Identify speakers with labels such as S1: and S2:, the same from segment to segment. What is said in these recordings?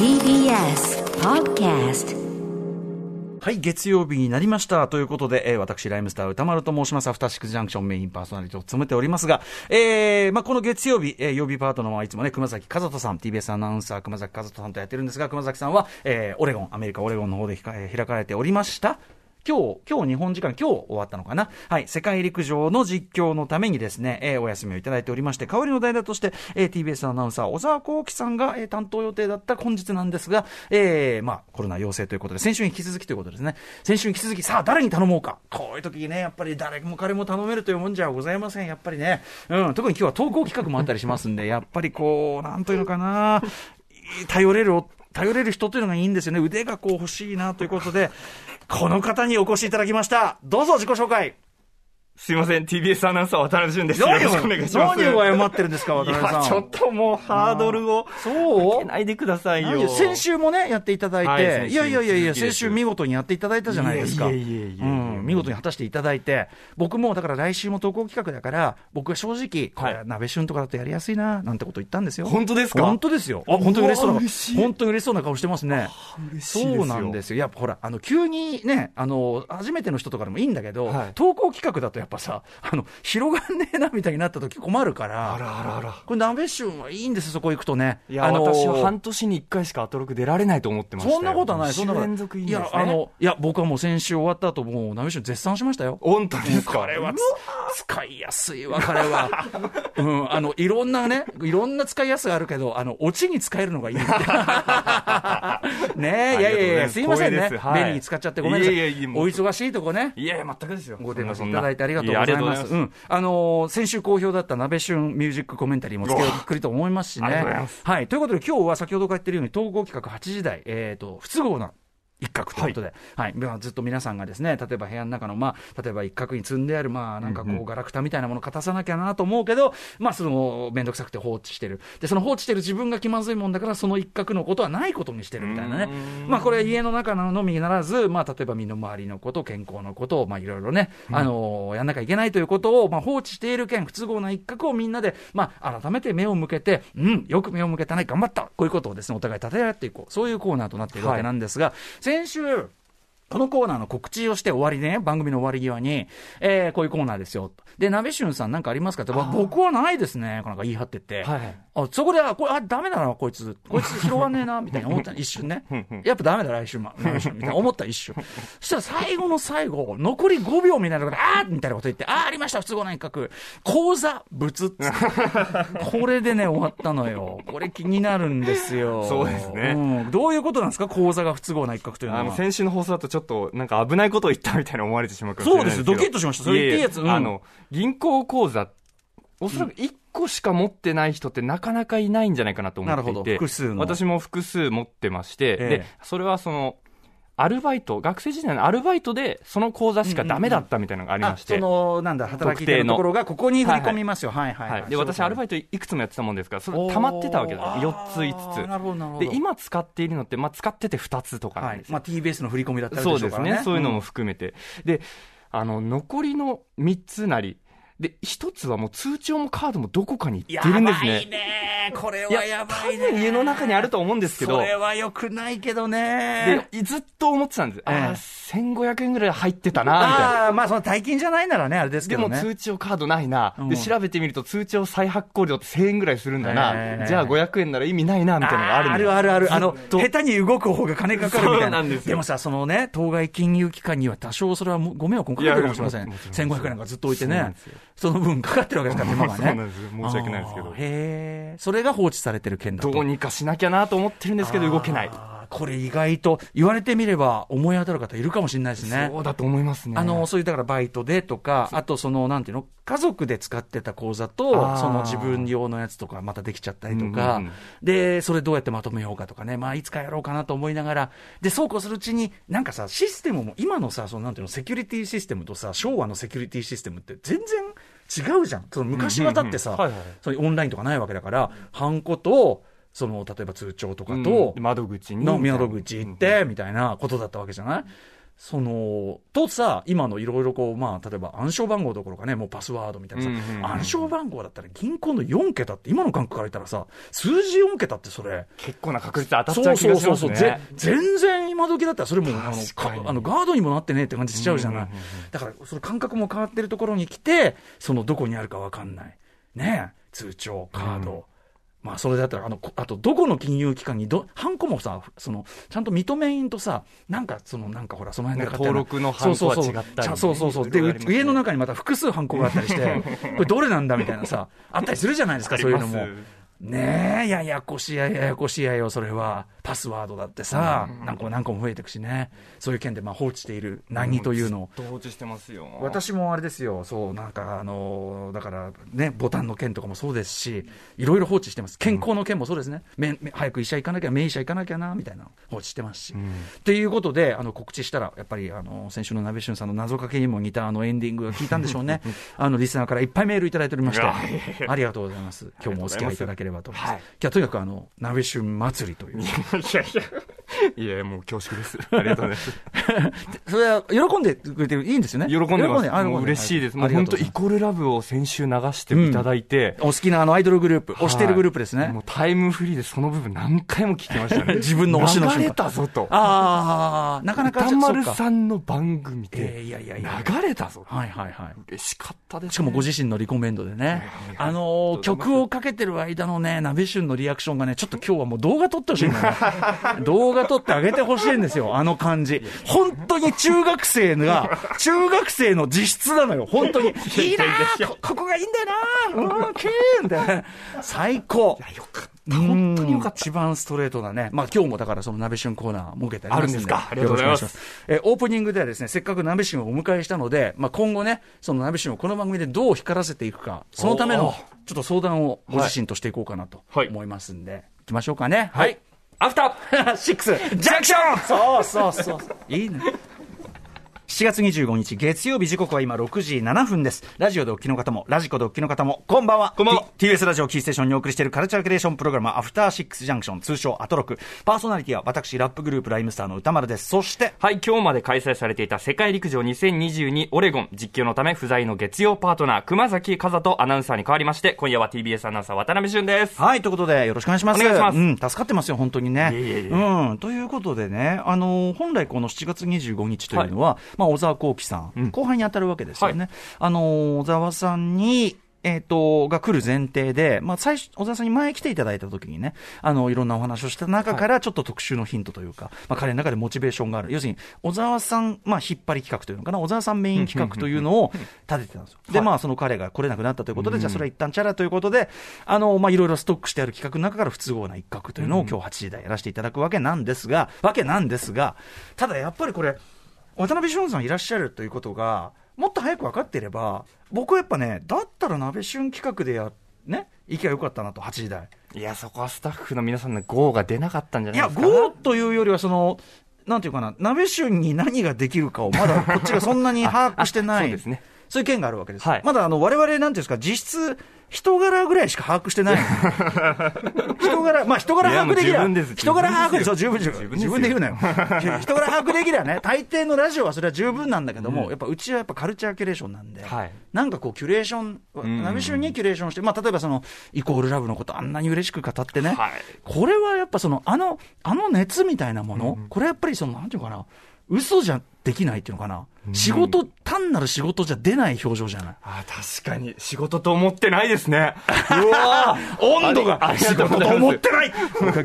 S1: TBS Podcast
S2: はい、月曜日になりました。ということで、えー私、ライムスター歌丸と申します。アフターシックスジャンクションメインパーソナリティを務めておりますが、えー、まあ、この月曜日、えー、曜日パートナーはいつもね、熊崎和人さん、TBS アナウンサー熊崎和人さんとやってるんですが、熊崎さんは、えー、オレゴン、アメリカオレゴンの方でひか、えー開かれておりました。今日、今日日本時間、今日終わったのかな。はい、世界陸上の実況のためにですね、えーお休みをいただいておりまして、代わりの代打として、えー TBS アナウンサー、小沢幸輝さんが、えー担当予定だった本日なんですが、えーまあ、コロナ陽性ということで、先週に引き続きということですね。先週に引き続き、さあ、誰に頼もうか。こういう時にね、やっぱり誰も彼も頼めるというもんじゃございません。やっぱりね、うん、特に今日は投稿企画もあったりしますんで、やっぱりこう、なんというのかな、頼れるお、頼れる人というのがいいんですよね。腕がこう欲しいなということで、この方にお越しいただきました。どうぞ自己紹介。
S3: すいません、TBS アナウンサー渡辺潤です。よろしくお願いします。
S2: 何を謝ってるんですか、渡辺さん。
S3: いやちょっともうハードルを
S2: そう
S3: 上げないでください
S2: 何
S3: よ。
S2: よ先週もね、やっていただいて、
S3: はい
S2: い、
S3: 先週
S2: やいやいやいや、
S3: 続きで
S2: 先
S3: す
S2: 週見事にやっていただいたじゃないですか。
S3: いえいえいえいえいえ
S2: うん見事に果たしていただいて、僕もだから来週も投稿企画だから、僕は正直、こ
S3: は
S2: れ、
S3: い
S2: 鍋旬とかだとやりやすいな、なんてこと言ったんですよ。
S3: 本当ですか
S2: 本当ですよ。あ、本当に嬉しそうな
S3: うわ
S2: 顔
S3: 嬉しい
S2: 本当に嬉しそうな顔してますね。
S3: 嬉しいです
S2: そ
S3: よ
S2: うなんですよ。やっぱほら、あの、急にね、あの、初めての人とかでもいいんだけど、
S3: はい
S2: 投稿企画だとやっぱさ、あの、広がんねえなみたいになった時困るから、
S3: あらあらあら。
S2: これ、鍋旬はいいんですよ、そこ行くとね。
S3: いや、
S2: あのー
S3: 私は半年に一回しかアトロク出られないと思ってましたよ。
S2: そんなことはない、そんなことは
S3: 二週連続いいん
S2: い
S3: ですね。
S2: や、あの、いや、僕はもう先週終わった後、もう、ナミシュン絶賛しましたよ。
S3: 本当ですか
S2: これはつ使いやすいわ、彼は。 うん、あの、いろんなね、いろんな使いやすさがあるけど、あの、オチに使えるの がいいって。ねえ、いやいやいや、すいません
S3: 光
S2: ね
S3: 栄。ですはい
S2: 便利に使っちゃってごめんなさい。
S3: いえいえいえもう
S2: お忙しいとこね。
S3: いやいや、全くですよ。
S2: ご提供
S3: そ
S2: い
S3: ん
S2: た
S3: な
S2: だいてありがとうござい
S3: やありが
S2: ます。
S3: とうござ
S2: うん。あのー先週好評だった鍋旬ミュージックコメンタリーもつけようくりと思いますしね。
S3: ありがとうございます
S2: はい。ということで今日は先ほどから言ってるように統合企画8時台、えっ、と、不都合な。一角ということで、はい、まあずっと皆さんがですね、例えば部屋の中の、まあ、例えば一角に積んである、まあ、なんかこう、ガラクタみたいなものを片さなきゃなと思うけど、まあ、その、めんどくさくて放置してる。で、その放置してる自分が気まずいもんだから、その一角のことはないことにしてるみたいなね
S3: う。ん
S2: まあ、これ家の中のみならず、まあ、例えば身の回りのこと、健康のことを、まあ、いろいろね、あのーやんなきゃいけないということを、まあ、放置している件、不都合な一角をみんなで、まあ、改めて目を向けて、うん、よく目を向けたね、頑張った、こういうことをですね、お互い立て合っていこう。そういうコーナーとなっているわけなんですが、先週、このコーナーの告知をして終わりね、番組の終わり際に、えー、こういうコーナーですよ。で、鍋しゅんさんなんかありますかって、わ僕はないですね、なんか言い張ってて。
S3: はい
S2: あ、そこで、あ、これ、あ、ダメだな、こいつ。こいつ拾わねえ な、みたいな思った一瞬ね。やっぱダメだ、来週も。来週もみたいな思った一瞬。そしたら最後の最後、残り5秒みたいなところで、あーみたいなこと言って、あーありました、不都合な一角。講座、仏 っつって。これでね、終わったのよ。これ気になるんですよ。
S3: そうですね
S2: うん。どういうことなんですか、講座が不都合な一角というのは。
S3: あの、先週の放送だとちょっと、なんか危ないことを言ったみたいに思われてしまうかもしれないけど
S2: そうですよドキッとしましたそれ言っていいやつ
S3: え
S2: うん
S3: あの、銀行口座、おそらく1個しか持ってない人ってなかなかいないんじゃないかなと思っていて。
S2: なるほど複数の
S3: 私も複数持ってまして、
S2: ええ
S3: で、それはその、アルバイト、学生時代のアルバイトで、その口座しかダメだったみたいなのがありま
S2: あ、
S3: して。
S2: その、なんだ、働き手
S3: 特定
S2: の
S3: の
S2: ところが、ここに振り込みますよ。はいはい、はい
S3: はい、で私、アルバイトいくつもやってたもんですから、それ溜まってたわけだ、4つ、5
S2: あーなるほどなるほ
S3: つ、
S2: ど
S3: で今使っているのって、まあ、使ってて2つとかな
S2: は
S3: ん
S2: い
S3: ですよ、
S2: まあ、TBS の振り込みだったり
S3: そ
S2: で
S3: う
S2: しょ
S3: で
S2: うか
S3: す
S2: らね。
S3: ね、そういうのも含めて、であの残りの3つなり、で1つはもう通帳もカードもどこかに行ってるんです
S2: やばい
S3: ね。
S2: ねこれ
S3: いや
S2: はやば
S3: 多
S2: いね
S3: 分家の中にあると思うんですけど
S2: そ、れは良くないけど
S3: で
S2: ね
S3: ずっと思ってたんです、あ
S2: ええ
S3: あ、1500円ぐらい入ってたな、みたいな。
S2: ああーまあその大金じゃないならねあれですけ
S3: で
S2: ど
S3: も
S2: ね
S3: 通帳カードないな、
S2: うん
S3: で調べてみると通帳再発行料って1000円ぐらいするんだ
S2: へ
S3: な、
S2: ー
S3: じゃあ500円なら意味ないなみたいなのがある
S2: あ
S3: ん
S2: ー
S3: だ
S2: あるあるある。あの、下手に動く方が金かかるみた
S3: そ
S2: いうな。
S3: なんですよ
S2: もさ、そのね、当該金融機関には多少それはもうご迷惑もかかってるかもしれませ
S3: いや
S2: ん。
S3: いやもちろん
S2: 1500円なんかずっと置いて
S3: そうな
S2: ね
S3: んですよ。
S2: その分かかってるわけですから、手間がね。
S3: そうなんですよ申し訳ないですけど
S2: あーへえ。それが放置されてる件だと。
S3: どうにかしなきゃなと思ってるんですけど、動けない。
S2: あーこれ意外と、言われてみれば思い当たる方いるかもしれないですね。
S3: そうだと思いますね。
S2: あの、そういうだからバイトでとか、あとその、なんていうの、家族で使ってた口座と
S3: あ、ー
S2: その自分用のやつとかまたできちゃったりとか、
S3: うんうんうん
S2: で、それどうやってまとめようかとかね、まあいつかやろうかなと思いながら、で、そうこうするうちに、なんかさ、システムも、今のさ、そのなんていうの、セキュリティシステムとさ、昭和のセキュリティシステムって全然違うじゃん。その昔はだってさ、
S3: うんうんうんはいはい
S2: そういうオンラインとかないわけだから、ハンコと、その、例えば通帳とかと、
S3: うん窓口に。
S2: の窓口行っ。て、みたいなことだったわけじゃない、その、とさ、今のいろいろこう、まあ、例えば暗証番号どころかね、もうパスワードみたいなさ、
S3: うんうんうん
S2: 暗証番号だったら銀行の4桁って、今の感覚から言ったらさ、数字4桁ってそれ、
S3: 結構な確率で当たっち
S2: そ
S3: ゃ
S2: う
S3: う気
S2: そう
S3: がし
S2: そ
S3: ま
S2: う
S3: す
S2: そう、
S3: ね。
S2: ぜ全然今時だったら、それもうあの
S3: 確かに
S2: かあのガードにもなってねえって感じしちゃうじゃない、
S3: うんうんうん
S2: だからその感覚も変わってるところに来て、そのどこにあるか分かんない、ねえ、通帳、カード。
S3: うん
S2: まあそれだったらあのこあとどこの金融機関にどハンコもさそのちゃんと認めんとさなんかそのなんかほらその辺で買ったような
S3: なんか登録のハンコは
S2: そうそうそう
S3: 違ったりね
S2: ちゃそうそうそう
S3: い
S2: で
S3: ろい
S2: う
S3: ろありますね
S2: 家の中にまた複数ハンコがあったりして これどれなんだみたいなさあったりするじゃないですかそういうのも
S3: あります
S2: ねえ、ややこしやややこしやよ、それは。パスワードだってさ、何個も何個も増えていくしね。そういう件でまあ放置している何というのを。
S3: ずっと放置してますよ。
S2: 私もあれですよ、そう、なんか、あのーだからね、ボタンの件とかもそうですし、いろいろ放置してます、健康の件もそうですね、めめ早く医者行かなきゃ、名医者行かなきゃな、みたいなの放置してますし。と、いうことで、あの告知したら、やっぱり、あの先週の鍋俊さんの謎かけにも似たあのエンディングが聞いたんでしょうね、 あのリスナーからいっぱいメールいただいておりまして、
S3: いや
S2: ありがとうございます、今日もお付き合いいただければと思います。
S3: はい
S2: 今日はとにかくあの、鍋俊祭りという。
S3: い やいや、いやもう恐縮 です。ありがとうございます。
S2: それは喜んでくれていいんですよね。
S3: 喜んでます。
S2: あ喜ん
S3: もう嬉しいです。
S2: は
S3: もう
S2: ありが
S3: 本
S2: と
S3: 当、
S2: ござい
S3: イ
S2: ます
S3: コールラブを先週流していただいて、
S2: お好きなあのアイドルグループ、推してるグループですね。
S3: はいもうタイムフリーでその部分何回も聞きました ね。
S2: 自分の推しの瞬間
S3: 流れたぞと。
S2: ああ、なかなか
S3: 歌丸
S2: そっか
S3: さんの番組
S2: えー
S3: で、
S2: いやいやいや。
S3: 流れたぞと。
S2: はいはいはい。
S3: 嬉しかったです、ね。
S2: しかもご自身のリコメンドでね、あのー曲をかけてる間のね、鍋旬のリアクションがね、ちょっと今日はもう動画撮ってほしいんだよ ね。動画撮ってあげてほしいんですよ、あの感じ。本当に中学生が、中学生の実質なのよ、本当に。いいなーこここがいいんだよなーうん、キーンみたいなね。最高。
S3: よかった。
S2: 本当によかった。一番ストレートなね。まあ今日もだからその鍋旬コーナー設けてあります
S3: あるんですかありがとうございます
S2: よろしくお願しえーオープニングではですね、せっかく鍋旬をお迎えしたので、まあ今後ね、その鍋旬をこの番組でどう光らせていくか、そのため
S3: お
S2: の
S3: ー
S2: ちょっと相談をご自身としていこうかなと
S3: はい
S2: 思いますんで、行きましょうかね。
S3: はい。。アフタ
S2: シックスジャンクションそうそうそう。いいね。7月25日月曜日時刻は今6時7分です。ラジオでお聞きの方も、ラジコでお聞きの方も、こんばんは。
S3: こんばんは
S2: T- TBS ラジオをキーステーションにお送りしているカルチャークリエーションプログラム、アフターシックスジャンクション、通称アトロク。パーソナリティは私、ラップグループライムスターの歌丸です。そして、
S3: はい、今日まで開催されていた世界陸上2022オレゴン実況のため不在の月曜パートナー、熊崎風とアナウンサーに代わりまして、今夜は TBS アナウンサー渡辺俊です。
S2: はい、ということで、よろしくお願いします。
S3: お願いします
S2: うん、助かってますよ、本当にね。
S3: いえいえいえ
S2: うん、ということでね、あのー本来この7月25日というのは、まあ、小沢幸輝さん、
S3: うん
S2: 後輩に当たるわけですよね。
S3: は
S2: あのー小沢さんに、えっ、と、が来る前提で、まあ、最初、小沢さんに前来ていただいた時にね、あの、いろんなお話をした中から、ちょっと特集のヒントというか、まあ、彼の中でモチベーションがある。要するに、小沢さん、まあ、引っ張り企画というのかな、小沢さんメイン企画というのを立ててたんですよ。で、まあ、その彼が来れなくなったということで、じゃあ、それは一旦チャラということで、あの、まあ、いろいろストックしてある企画の中から不都合な一角というのを今日8時台やらせていただくわけなんですが、わけなんですが、ただやっぱりこれ、渡辺俊さんいらっしゃるということが、もっと早く分かっていれば、僕はやっぱね、だったら鍋俊企画でや、ね、行きゃよかったなと、8時台。
S3: いや、そこはスタッフの皆さんの GO が出なかったんじゃ
S2: い
S3: ない
S2: や、
S3: ですか、ね。
S2: 5というよりは、その、なんていうかな、鍋旬に何ができるかをま だこっちがそんなに把握してない。
S3: あそうですね。
S2: そういう件があるわけです。
S3: はい
S2: まだあの、我々なんていうんですか、実質、人柄ぐらいしか把握してない。 人柄、まあ人柄
S3: いや
S2: 把握でき
S3: もう十
S2: りゃ
S3: 分です、
S2: 人柄把握
S3: 十分ですよ
S2: そう、十分十分。
S3: 十分です
S2: 自
S3: よ
S2: 分で言うなよ。い や人柄把握できりゃね、大抵のラジオはそれは十分なんだけども、やっぱうちはやっぱカルチャーキュレーションなんで、
S3: はい
S2: なんかこう、キュレーション、
S3: ん
S2: 鍋旬にキュレーションして、まあ例えばその、イコールラブのことあんなに嬉しく語ってね、
S3: はい
S2: これはやっぱその、あの、あの熱みたいなもの、これやっぱりその、なんていうかな、嘘じゃできないっていうのかな、仕事、単なる仕事じゃ出ない表情じゃない。
S3: あー確かに、仕事と思ってないですね。 う
S2: あ
S3: わ
S2: 温度
S3: あ
S2: が
S3: り
S2: 仕
S3: がと
S2: 事と
S3: うございます
S2: 思ってない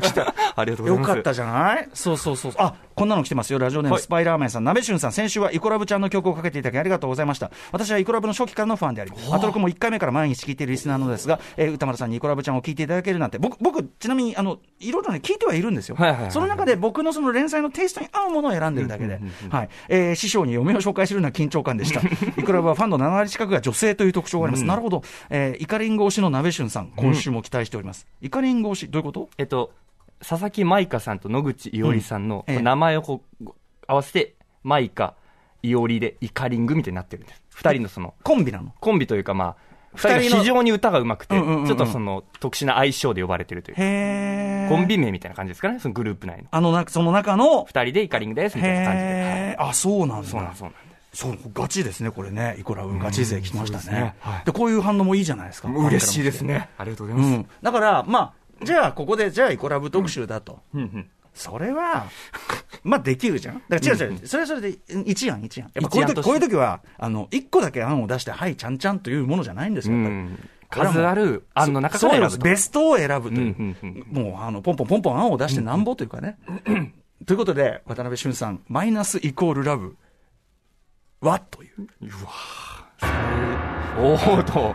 S3: ー来た。ありがとうござ
S2: よ
S3: います。
S2: かったじゃないそうそうそう。あ、こんなの来てますよ。ラジオネーム、
S3: はい
S2: スパイラーメンさん、鍋俊さん、先週はイコラブちゃんの曲をかけていただきありがとうございました。私はイコラブの初期からのファンであり、アトロクも1回目から毎日聞いているリスナーなのですが、えー歌丸さんにイコラブちゃんを聞いていただけるなんて、僕、僕、ちなみに、あの、いろいろね、聞いてはいるんですよ。
S3: はいはいはい
S2: その中で僕のその連載のテイストに合うものを選んでるだけで、はい。えー師匠に嫁を紹介するような緊張感で した。イコラブはファンの7割近くが女性という特徴があります。なるほど。えーイカリング推しの鍋俊さん、今週も期待しております。イカリング推し、どういうこと
S3: えっと、佐々木舞香さんと野口いおりさんの、
S2: うんええ
S3: 名前をこう合わせて、舞香、いおりでイカリングみたいになってるんです。二人のその、
S2: コンビなの
S3: コンビというかまあ、二人が非
S2: の
S3: 常に歌が上手くて、
S2: うんうんうんうん
S3: ちょっとその特殊な愛称で呼ばれてるという、
S2: へー
S3: コンビ名みたいな感じですかね、そのグループ内の。
S2: あのなその中の
S3: 二人でイカリングですみたいな感じで。はい
S2: へーあそうなんだ
S3: そうなんですそうなんです
S2: そうガチですねこれねイコラウンガチ勢来ました
S3: そうです
S2: ね
S3: ねはい
S2: でこういう反応もいいじゃないですか
S3: 嬉しいですね。ありがとうございま
S2: う
S3: す。
S2: んだからまあじゃあここでじゃあイコラブ特集だと
S3: うんうん
S2: それは、まあできるじゃん。だから違う違う、それはそれで一案一案。やっぱこういう
S3: 一案と
S2: 時
S3: し
S2: こ
S3: て
S2: ういう時は、あの、一個だけ案を出して、はい、ちゃんちゃんというものじゃないんです
S3: う
S2: よ。やっぱり
S3: ん数ある案の中
S2: そ
S3: か
S2: う
S3: ら
S2: なん
S3: 選
S2: で
S3: ぶ
S2: す
S3: と。
S2: ベストを選ぶといううん
S3: うん。
S2: もう、あの、ポンポンポンポン案を出してなんぼというかね。ということで、渡辺俊さん、マイナスイコールラブはという。
S3: おおと。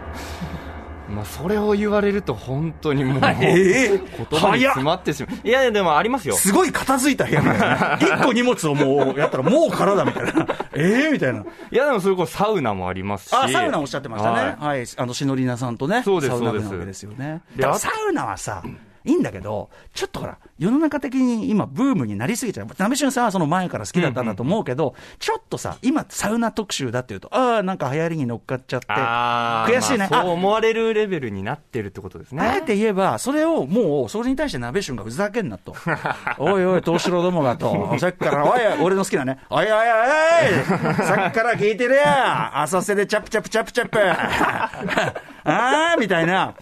S3: まあ、それを言われると本当にもう、
S2: え
S3: 言葉に
S2: 早っ
S3: 詰まってしまう。いやいや、でもありますよ。
S2: すごい片付いた部屋みたいな。一個荷物をもう、やったらもう空だみたいな。ええみたいな。
S3: いや、でもそれこそサウナもありますし。
S2: あサウナおっしゃってましたね、
S3: は
S2: はいいあのシノリナさんとね、
S3: そうです
S2: サウナ部
S3: そ
S2: な
S3: うです
S2: わけですよね。
S3: で
S2: だか
S3: あ
S2: らサウナはさ、いいんだけど、ちょっとほら、世の中的に今、ブームになりすぎちゃう、鍋旬さんはその前から好きだったんだと思うけど、ちょっとさ、今、サウナ特集だっていうと、ああ、なんか流行りに乗っかっちゃって、
S3: あー
S2: 悔しいね、
S3: まあそう
S2: あ
S3: 思われるレベルになってるってことですね。
S2: あえて言えば、それをもう、それに対して鍋旬がふざけんな と、おいおい、東四郎どもがと、さっきから、おいおい、俺の好きなね、おいおいおいおい、さっきから聞いてるやん、浅瀬でチャプチャプチャプ チャプ、あーみたいな、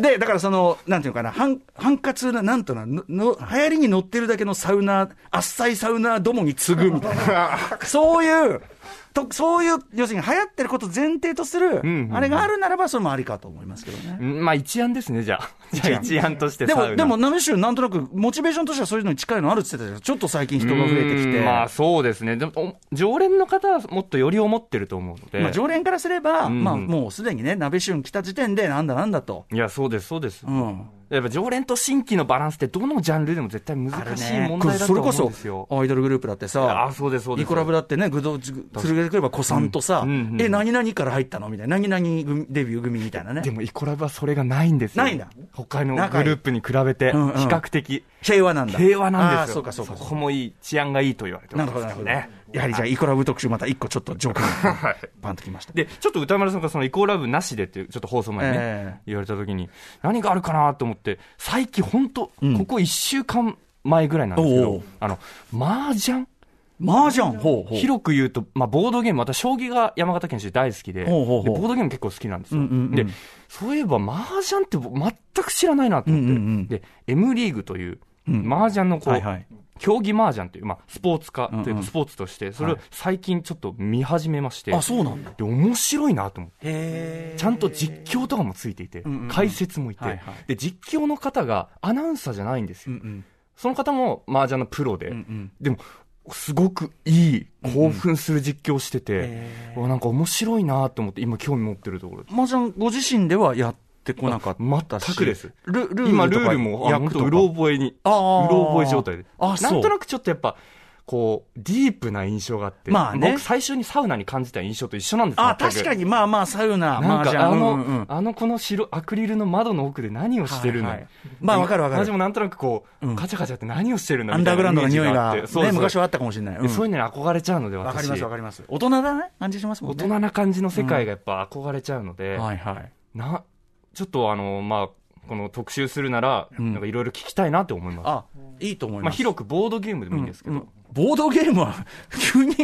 S2: で、だからその、なんていうのかな、ハンハンカツな、なんとなのの、流行りに乗ってるだけのサウナー、あっさいサウナーどもに次ぐみたい な、そういう。とそういう、要するに流行ってることを前提とする、
S3: んうん
S2: あれがあるならば、それもありかと思いますけどね。
S3: うんまあ一案ですね、じ ゃあ。じゃあ一案として
S2: で
S3: サウナ。
S2: も、でも、ナメシュなんとなく、モチベーションとしてはそういうのに近いのあるって言ってたじゃん。ちょっと最近人が増えてきて。
S3: うんまあ
S2: ま
S3: そうですね。でも、お常連の方はもっとより思ってると思うので。
S2: あ、常連からすれば、
S3: んうん
S2: まあ、もうすでにね、鍋旬来た時点で、なんだなんだと。
S3: いや、そうです、そうです。
S2: うん。
S3: やっぱ常連と新規のバランスってどのジャンルでも絶対難
S2: ある
S3: しい問題だと
S2: それこ
S3: 思うん
S2: そ
S3: ですよ。、
S2: アイドルグループだって
S3: あ
S2: さ、
S3: そうです、そうです。
S2: イコラブだってね、ぐど、連れてくれば子さんとさ
S3: うんうんう、ん
S2: え、何々から入ったのみたいな。何々組デビュー組みたいなね
S3: で。もイコラブはそれがないんですよ。
S2: ないんだ
S3: 他のグループに比べて、
S2: 仲
S3: 比
S2: いいうんうん
S3: 較的、
S2: 平和なんだ。
S3: 平和なん
S2: あー
S3: です
S2: そう
S3: よ。
S2: か、そうか。
S3: こもいい、治安がいいと言われて
S2: な
S3: ま
S2: る
S3: す
S2: ほ
S3: か
S2: ど、な
S3: ら
S2: るほど。
S3: ね
S2: や。はりじゃあ、イコラブ特集、また一個ちょっと上下が
S3: はい。
S2: パンときました。
S3: で、ちょっと歌丸さんがそのイコーラブなしでっていう、ちょっと放送前にね、
S2: ええ
S3: 言われた時に、何があるかなと思って、最近本当、ここ1週間前ぐらいなんですけ
S2: おうお
S3: ど
S2: う、
S3: あの、麻雀
S2: 麻雀ほうほう。
S3: 広く言うと、まあ、ボードゲーム、私、将棋が山形県出身大好きで、
S2: ほうほうほう
S3: でボードゲーム結構好きなんですよ。
S2: うんうんうん
S3: で、そういえば、麻雀って僕全く知らないなと思って、
S2: うんうんうん
S3: で、M リーグという、麻雀のこう、
S2: はいはい。
S3: 競技麻雀という、まあ、スポーツ化という
S2: うんう
S3: か、
S2: ん
S3: スポーツとして、それを最近ちょっと見始めまして、
S2: あ、そうなんだ。
S3: で、面白いなと思って、
S2: へ
S3: ちゃんと実況とかもついていて、
S2: んうんうん
S3: 解説もいて、
S2: はいはい
S3: で、実況の方がアナウンサーじゃないんですよ。
S2: ん
S3: その方も麻雀のプロで、
S2: うんうん
S3: でも、すごくいい、興奮する実況してて、
S2: え
S3: うわなんか面白いなと思って、今、興味持ってるところです。
S2: ー麻雀ご自身ではやってこなかったし
S3: 全くです
S2: ルルールとか
S3: 今、ルールも、あ本
S2: 役と
S3: 当
S2: か
S3: うろ覚えに、う
S2: あー
S3: ろ覚え状態で。
S2: あそう
S3: なんとなくちょっとやっぱ、こう、ディープな印象があって、
S2: まあね
S3: 僕、最初にサウナに感じた印象と一緒なんです
S2: あ
S3: 全く
S2: 確かにまあまあサウナ
S3: なん
S2: 麻雀
S3: かあの、
S2: うんうん
S3: あのこの白、アクリルの窓の奥で何をしてるの、
S2: はいはいまあわかるわかる
S3: 私もなんとなくこう、
S2: うん
S3: カチャカチャって何をしてるんだ
S2: ア
S3: み
S2: ンダ
S3: た
S2: ーグ
S3: いな
S2: ラウンドの
S3: イメージ
S2: 匂い
S3: が
S2: が
S3: あって。
S2: ね
S3: そうそう
S2: 昔はあったかもしれない
S3: で
S2: うん
S3: そういうのに憧れちゃうので、私。
S2: わかりますわかります大人だね感じしますも
S3: 大
S2: んね
S3: 人な感じの世界がやっぱ憧れちゃうので、
S2: はいはい
S3: な、ちょっとあの、まあ、この特集するなら、
S2: うん
S3: なんかいろいろ聞きたいなって思います。
S2: あいいと思い
S3: まあ、
S2: ます
S3: 広くボードゲームでもいいんですけど、
S2: うんボードゲームは 急に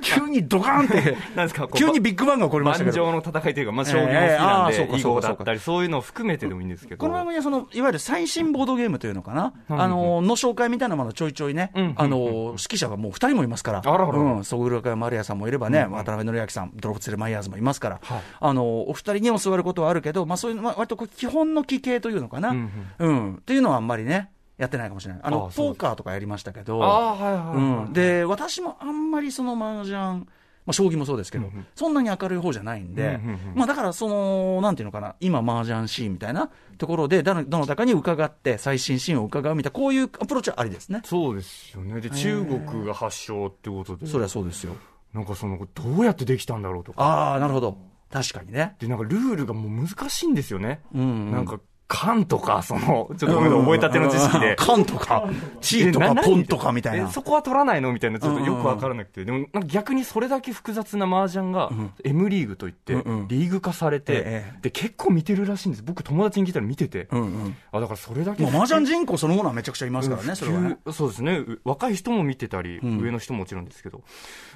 S2: 急にドカーンって
S3: なんですか、こう
S2: 急にビッグバンが起こりました
S3: 盤
S2: けど
S3: 上の戦いというか、まあ、将棋も好き
S2: ええええあ
S3: なん
S2: あそ
S3: で
S2: う、か
S3: 囲
S2: そ
S3: 碁
S2: うか
S3: だ
S2: そうか
S3: ったり、そういうのを含めてでもいいんですけど。
S2: この番組はそのいわゆる最新ボードゲームというのかな、
S3: うん
S2: あのの紹介みたいなものをちょいちょいね、
S3: うんうんうん
S2: あの指揮者がもう2人もいますから、
S3: あららら
S2: うん、ソグルカマリアさんもいればね、渡辺則明さん、ドロブツレマイヤーズもいますから、
S3: はい
S2: あのお二人にも座ることはあるけど、まあ、そういう、まあ、割とこう基本の規形というのかな、
S3: う
S2: うんんっていうのはあんまりね、やってないかもしれない、あの
S3: あそ
S2: ポ
S3: うで
S2: ー
S3: す
S2: カーとかやりましたけど、
S3: ああ、はいはい、はい
S2: うん、で私もあんまりその麻雀まあ、将棋もそうですけど、そんなに明るい方じゃないんで、
S3: うんうんうん
S2: まあ、だからその、なんていうのかな、今、麻雀シーンみたいなところで、どのどの中に伺って、最新シーンを伺うみたいな、こういうアプローチはありですね。
S3: そうですよね。で、中国が発祥ってことで、
S2: そりゃそうですよ。
S3: なんかその、どうやってできたんだろうとか。
S2: ああ、なるほど。確かにね。
S3: で、なんかルールがもう難しいんですよね。
S2: うんうん
S3: なんか、缶とか、その、ちょっとごめんなさい覚えたての知識で。
S2: 缶とか、チーと
S3: え
S2: か、
S3: な
S2: ポンとかみたい
S3: え
S2: な。
S3: そこは取らないのみたいな、ちょっとよくわからなくて。でも、なんか逆にそれだけ複雑な麻雀が、M リーグといって、リーグ化されて、
S2: え
S3: で、結構見てるらしいんです。僕友達に聞いたら見てて。
S2: うんうん。
S3: あ、だからそれだけ。
S2: もう麻雀人口そのものはめちゃくちゃいますからね、それはね。
S3: 急そうですねう若い人も見てたり、上の人ももちろんですけど、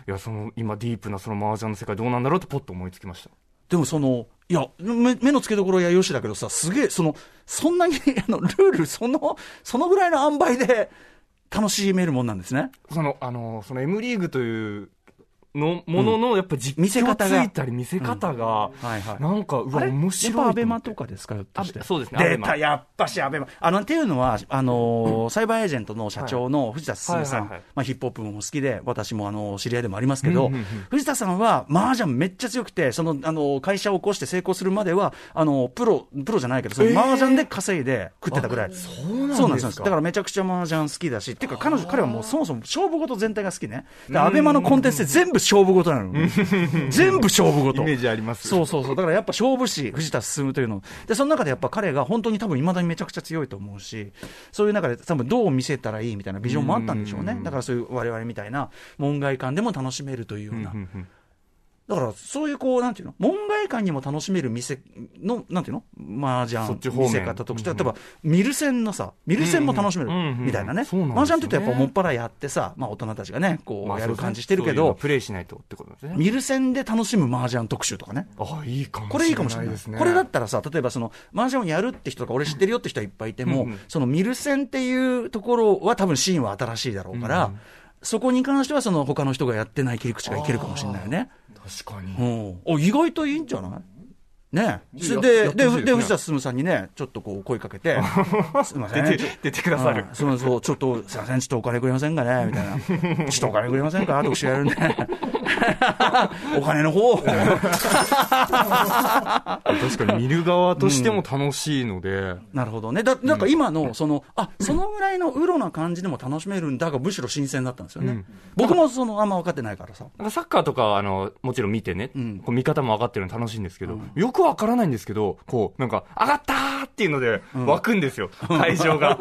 S3: いやその今、ディープなその麻雀の世界、どうなんだろうと、ポッと思いつきました。
S2: でもその、いや、目目の付けどころはよしだけどさ、すげえ、その、そんなに、あの、ルール、その、そのぐらいの塩梅で、楽しめるもんなんですね。
S3: その、あの、その M リーグというのものの、やっぱ実
S2: 見せ
S3: 況
S2: 方
S3: つ
S2: が
S3: いたり、見せ方が、
S2: はいはい
S3: なんか、う
S2: あ
S3: わ、
S2: れ
S3: 面
S2: やっ
S3: 白いと
S2: ぱ
S3: 思
S2: ア
S3: って。
S2: ベマとかですか、ひょっとして
S3: あそうですね、
S2: 出
S3: ABEMA
S2: た、やっぱし、アベマ。あの、っていうのは、あのーサイバーエージェントの社長の藤田進さ
S3: はいはい
S2: ん
S3: はいはい、
S2: まあヒップホップも好きで、私もあの、知り合いでもありますけど、
S3: うんうんうん
S2: 藤田さんは、麻雀めっちゃ強くて、その、あの、会社を起こして成功するまでは、あの、プロ、プロじゃないけど、その麻雀で稼いで食ってたぐらい。
S3: そ
S2: そ
S3: う
S2: うな
S3: な
S2: んん
S3: で
S2: ですす
S3: か。
S2: だからめちゃくちゃ麻雀好きだし、っていうか彼女、彼はもうそもそも勝負事全体が好きね。で、アベマのコンテンツで全部勝負事な の。全部勝負事。
S3: イメージあります
S2: そうそうそう。だからやっぱ勝負師、藤田進というの。で、その中でやっぱ彼が本当に多分未だにめちゃくちゃ強いと思うし、そういう中で多分どう見せたらいいみたいなビジョンもあったんでしょうね。だからそういう我々みたいな門外観でも楽しめるというような。
S3: うんうん
S2: だから、そういうこう、なんていうの、門外観にも楽しめる店の、なんていうの、麻
S3: そっ
S2: 雀
S3: ち、方面
S2: 見せ方として、例えば、ミルセンのさ、ミルセンも楽しめる
S3: うんうんうん
S2: みたいなね、
S3: そうなんですよね
S2: 麻雀って言うと、やっぱもっぱらやってさ、まあ、大人たちがね、こ
S3: まあ
S2: うやる感
S3: そう
S2: じ
S3: ですね
S2: してるけ
S3: そういうの
S2: ど、
S3: プレイしないとってことですね。
S2: ミルセンで楽しむ麻雀特集とかね。
S3: あ、いいかもしれない。
S2: これいいかもしれない
S3: ですね。
S2: これだったらさ、例えばその、マージャンをやるって人とか、俺知ってるよって人はいっぱいいても、そのミルセンっていうところは多分シーンは新しいだろうから、そこに関してはその他の人がやってない切り口がいけるかもしれないよね。
S3: 確かに。
S2: うん。お、意外といいんじゃないね
S3: いや
S2: それ
S3: や
S2: で、
S3: って
S2: で、
S3: ほしいですね
S2: で、藤田進さんにね、ちょっとこう声かけ て、すいません。
S3: 出て、出てくださる
S2: うん。そうそう、ちょっと、すいません、ちょっとお金くれませんかねみたいな。ちょっとお金くれませんか特集やるんで。 お金の方を。
S3: 確かに見る側としても楽しいので、
S2: なるほどね。だ、なんか今の、その、あ、そのぐらいのウロな感じでも楽しめるんだが、むしろ新鮮だったんですよね。僕もその、あんま分かってないからさ。
S3: なんかサッカーとか、あの、もちろん見てね、こう見方も分かってるの楽しいんですけど、よくわからないんですけど、こう、なんか、上がったーっていうので、湧くんですよ、会場 が。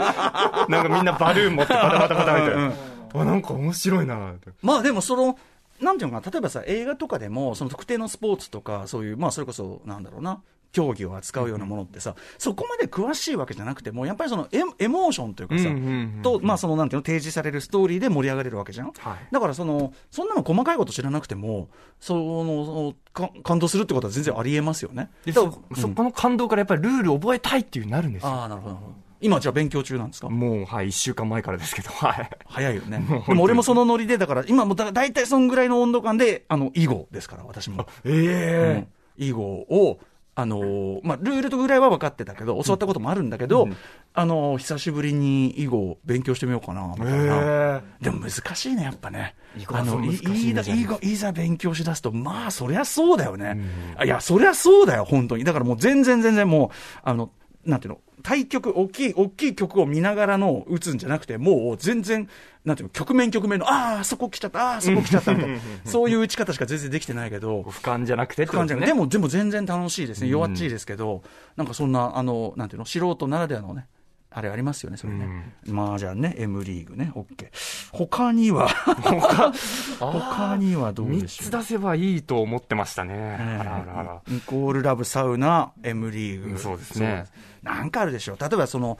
S3: なんかみんなバルーン持ってバタバタバタみたいな。あ、なんか面白いなーって。
S2: まあでも、その、なんていうのかな、例えばさ、映画とかでも、その特定のスポーツとか、そういう、まあそれこそ、なんだろうな。競技を扱うようなものってさ、そこまで詳しいわけじゃなくても、やっぱりそのエモエモーションというかさ、
S3: うんうんうんうん
S2: と、まあそのなんていうの、提示されるストーリーで盛り上がれるわけじゃん、
S3: はい
S2: だからその、そんなの細かいこと知らなくても、その、そのか感動するってことは全然ありえますよね。
S3: で、
S2: だから
S3: そ、そこの感動からやっぱりルール覚えたいっていうなるんですよ。
S2: ああ、なるほど、なるほど。今、じゃあ勉強中なんですか
S3: もう、はい、一週間前からですけど、 はい。
S2: 早いよ ね。でも俺もそのノリで、だから、今もだ大体そんぐらいの温度感で、あの、囲碁ですから、私も。う
S3: え
S2: ん囲碁を、あのーまあ、ルールとぐらいは分かってたけど、教わったこともあるんだけど、あのー久しぶりに囲碁を勉強してみようかな、みたい
S3: え
S2: な。
S3: ー。
S2: でも難しいね、やっぱね。
S3: 囲碁は
S2: あの、
S3: 難
S2: い
S3: しいね
S2: いざ
S3: じゃあ
S2: いざいざ勉強しだすと、まあ、そりゃそうだよね。あいや、そりゃそうだよ、本当に。だからもう全然全然もう、あの、なんていうの、対局、大きい、大きい曲を見ながらの打つんじゃなくて、もう全然、なんていうの、局面局面の、ああ、そこ来ちゃった、ああ、そこ来ちゃった、みたいな。 そういう打ち方しか全然できてないけど。
S3: 俯瞰じゃなくてってこと
S2: 感じ
S3: で
S2: です
S3: ね。
S2: でも、でも全然楽しいですね。弱っちいですけど、なんかそんな、あの、なんていうの、素人ならではのね、あれありますよね、それね。まあじゃあね、M リーグね、OK。他には、 他にはどう
S3: 三
S2: でしょ
S3: つ
S2: う。
S3: 出せばいいと思ってましたね。
S2: ええ
S3: あらあらあら。
S2: イコールラブサウナ、M リー
S3: うん
S2: グ。
S3: そうですね
S2: なんかあるでしょう。例えばその、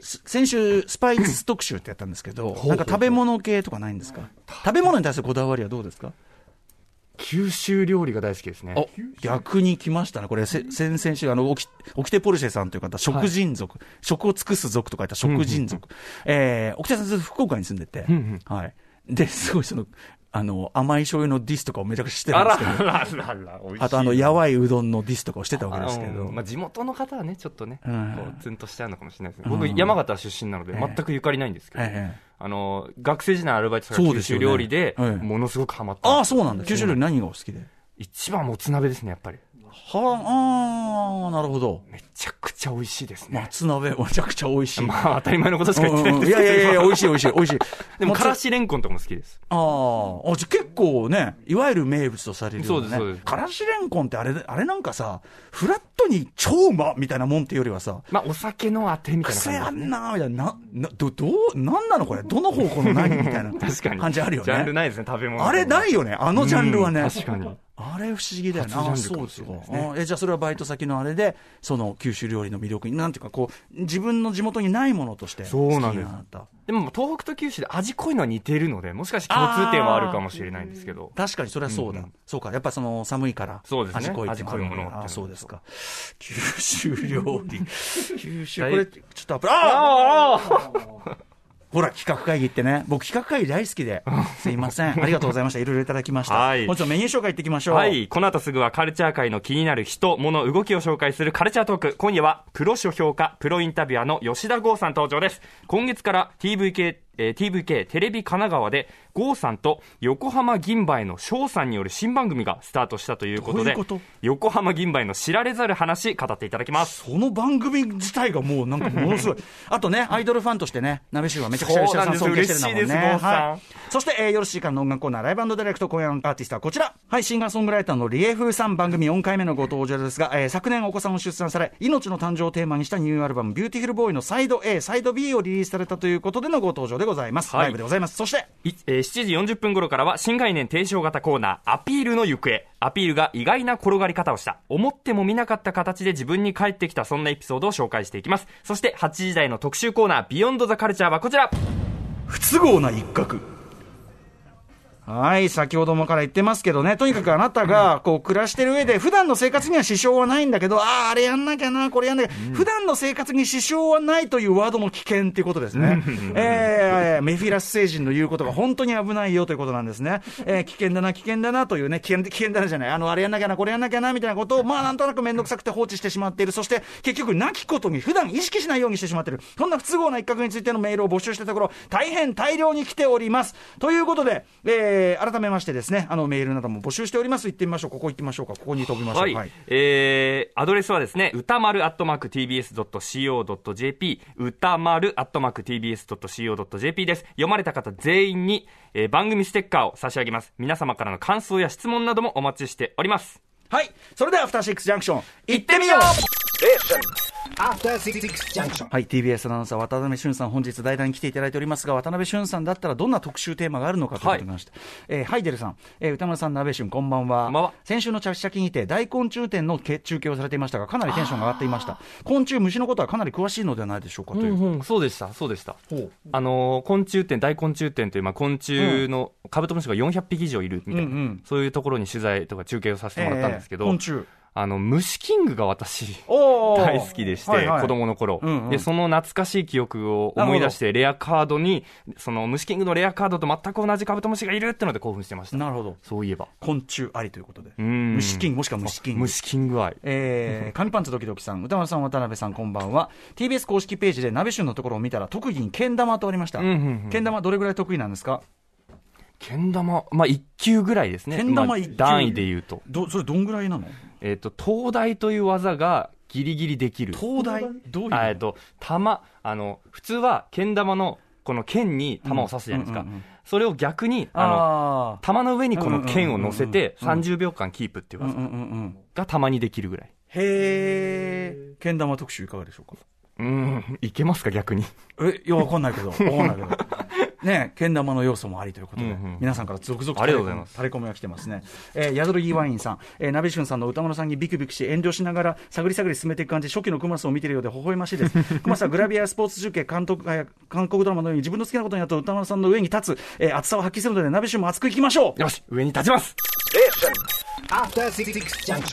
S2: す先週、スパイス特集ってやったんですけど、なんか食べ物系とかないんですか食べ物に対するこだわりはどうですか
S3: 九州料理が大好きですね。
S2: お逆に来ましたね、これ、せ先々週、あの、オキオキテポルシェさんという方、食人族、食を尽くす族と書いた食人族、えー、オキテさん、ずっと福岡に住んでて、
S3: ん
S2: はい。で、すごいその、あの、甘い醤油のディスとかをめちゃくちゃしてる
S3: あ
S2: んで
S3: ら
S2: すけど、あ
S3: あらあらあら、美味しい。
S2: と、あの、やわいうどんのディスとかをしてたわけですけ
S3: あ
S2: ど、
S3: のまあ、地元の方はね、ちょっとね、
S2: うん
S3: こうツンとしちゃうのかもしれないですね。僕、山形出身なので、
S2: え
S3: 全くゆかりないんですけど、
S2: ええ
S3: あの、学生時代のアルバイト先
S2: そ
S3: が
S2: う
S3: 九
S2: です
S3: 州
S2: よね
S3: 料理で、
S2: ええ
S3: ものすごくハマった。
S2: ああ、そうなんだ。九州料理何がお好きで
S3: 一番もつ鍋ですね、やっぱり。
S2: はあ、あああ、なるほど。
S3: めちゃくちゃ美味しいですね。
S2: 松鍋、めちゃくちゃ美味しい。
S3: まあ当たり前のことしか言ってないん
S2: うん
S3: で
S2: い
S3: すけ
S2: や
S3: ど。
S2: いやいやいや、美味しい美味しい美味しい。
S3: でも、
S2: 松
S3: からしレンコンとかも好きです。
S2: ああ、あじゃあ結構ね、いわゆる名物とされるようなね、
S3: そうですそうです
S2: からしれんこんってあれ、あれなんかさ、フラットに超うまみたいなもんっていうよりはさ、
S3: まあ、お酒のあてみたいな
S2: 癖あ
S3: 感じ
S2: んなみたいな、な、など、どう、なんなのこれ、どの方向の何みたいな
S3: です。 確かに。
S2: 感じあるよ
S3: ジャンル
S2: ね。
S3: ないですね、食べ物。
S2: あれない
S3: よ、
S2: よね、あのジャンルはね。
S3: 確かに。
S2: あれ不思議だよね。ああ、
S3: 初ジャンル
S2: そう
S3: かも
S2: ですか
S3: しれないです。
S2: あえじゃあそれはバイト先のあれで、その九州料理の魅力に、なんていうかこう、自分の地元にないものとして
S3: そうなんです
S2: 好きにった
S3: でも、東北と九州で味濃いのは似てるので、もしかして共通点はあるかもしれないんですけど。
S2: 確かにそれはそうだ、
S3: うんうん
S2: そうかやっぱその寒いから
S3: そうですね
S2: 味濃いって
S3: 味濃いもの
S2: あ
S3: っていうの
S2: あ
S3: は
S2: そうです か九州料理九州こ
S3: 大
S2: れちょっとアップああ
S3: ああ
S2: ほら企画会議ってね僕企画会議大好きですいませんありがとうございましたいろいろいただきました
S3: はい
S2: もちろんメニュー紹介いってきましょう
S3: はい。この後すぐはカルチャー界の気になる人、物、動きを紹介するカルチャートーク。今夜は、プロ書評家、プロインタビュアーの吉田剛さん登場です。今月から TVK、えー TVK テレビ神奈川で、剛さんと横浜銀杯の翔さんによる新番組がスタートしたというこ
S2: ど
S3: と
S2: うい
S3: で、
S2: うこと
S3: 横浜銀杯の知られざる話、語っていただきます。
S2: その番組自体がもうなんかものす ごいあとねアイドルファンとしてね鍋島はめちゃくちゃ吉田さん
S3: そう
S2: 尊
S3: な
S2: 敬
S3: んで
S2: して
S3: す
S2: るんだもんね
S3: 嬉しいです郷さん
S2: い、そして、えーよろしいかの音楽コーナーライブディレクト今夜のアーティストはこちらはいシンガーソングライターのリエフーさん番組4回目のご登場ですが、えー昨年お子さんを出産され命の誕生をテーマにしたニューアルバム「ビューティフルボーイのサイド A サイド B をリリースされたということでのご登場でございます、
S3: はい
S2: ライブでございますそして
S3: いえー7時40分頃からは新概念提唱型コーナーアピールの行方アピールが意外な転がり方をした思っても見なかった形で自分に返ってきたそんなエピソードを紹介していきますそして8時台の特集コーナービヨンドザカルチャーはこちら
S2: 不都合な一角はい先ほどもから言ってますけどねとにかくあなたがこう暮らしてる上で普段の生活には支障はないんだけどあああれやんなきゃなこれやんなきゃ、普段の生活に支障はないというワードの危険っていうことですね、えーメフィラス星人の言うことが本当に危ないよということなんですね、えー危険だな危険だなというね危険危険だなじゃないあのあれやんなきゃなこれやんなきゃなみたいなことをまあなんとなく面倒くさくて放置してしまっているそして結局なきことに普段意識しないようにしてしまっているそんな不都合な一角についてのメールを募集したところ大変大量に来ておりますということで、えー改めましてですねあのメールなども募集しております行ってみましょうここ行ってみましょうかここに飛びましょう
S3: はい、えー、アドレスはですね、歌丸アットマーク tbs.co.jp、歌丸アットマーク tbs.co.jp です。読まれた方全員に、えー番組ステッカーを差し上げます。皆様からの感想や質問などもお待ちしております。
S2: はい、それではアフターシックスジャンクション行ってみよう
S4: After Six Junction.
S2: はい、TBS アナウンサー渡辺俊さん本日代打に来ていただいておりますが渡辺俊さんだったらどんな特集テーマがあるのかということになりまして、えーハイデルさん、えー歌丸さん、鍋俊こんばんは
S3: こんばんは
S2: 先週の着ャにて大昆虫展のけ中継をされていましたがかなりテンションが上がっていました昆虫虫のことはかなり詳しいのではないでしょうかという、
S3: うんうん、そうでした、そうでした。あのー昆虫展、大昆虫展という、まあ、昆虫の、カブトムシが400匹以上いるみたいな、
S2: うんうん
S3: そういうところに取材とか中継をさせてもらったんですけど、
S2: えー昆虫
S3: あの、虫キングが私、
S2: おー
S3: 大好きでして、
S2: はいはい
S3: 子供の頃、
S2: うんうん
S3: で、その懐かしい記憶を思い出して、レアカードに、その、虫キングのレアカードと全く同じカブトムシがいるってので興奮してました。
S2: なるほど
S3: そういえば。
S2: 昆虫ありということで
S3: うん
S2: 虫キングもしくは虫キング
S3: 虫キング愛。
S2: えー、紙パンツドキドキさん、歌丸さん、渡辺さん、こんばんは。TBS 公式ページで、鍋旬のところを見たら、特技にけん玉とありました。
S3: んうんうん
S2: けん玉、どれぐらい得意なんですか
S3: けん玉、まあ、1級ぐらいですね。
S2: けん玉
S3: まあ
S2: 一級
S3: 段位で言うと。
S2: ど、それ、どんぐらいなの
S3: えっ、と、東大という技がギリギリできる。
S2: 東大どういう
S3: あえっと、玉、あの、普通は、けん玉の、この剣に玉を刺すじゃないですか。
S2: うんうんうんうん
S3: それを逆に、あの、
S2: あ
S3: 玉の上にこの剣を乗せて、
S2: うんうんうんうん
S3: 30秒間キープっていう
S2: ーうん
S3: 技
S2: うんうんうん。
S3: がたまにできるぐらい。
S2: へえ。けん玉特集いかがでしょうか
S3: うん、いけますか、逆に。
S2: え、いや、わかんないけど、わかんないけど。 ねけん玉の要素もありということで、
S3: うんうん
S2: 皆さんから続々
S3: ありがとうございます
S2: 垂れ込みが来てますね。えー、ヤドルギーワインさん、えー、鍋俊さんの歌丸さんにビクビクし、遠慮しながら、探り探り進めていく感じ、初期の熊さんを見ているようで微笑ましいです。 熊さん、グラビアやスポーツ中継、監督、えー韓国ドラマのように自分の好きなことになった歌丸さんの上に立つ、えー、熱さを発揮するので、鍋俊も熱くいきましょう
S3: よし、上に立ちます
S4: After Six Junction.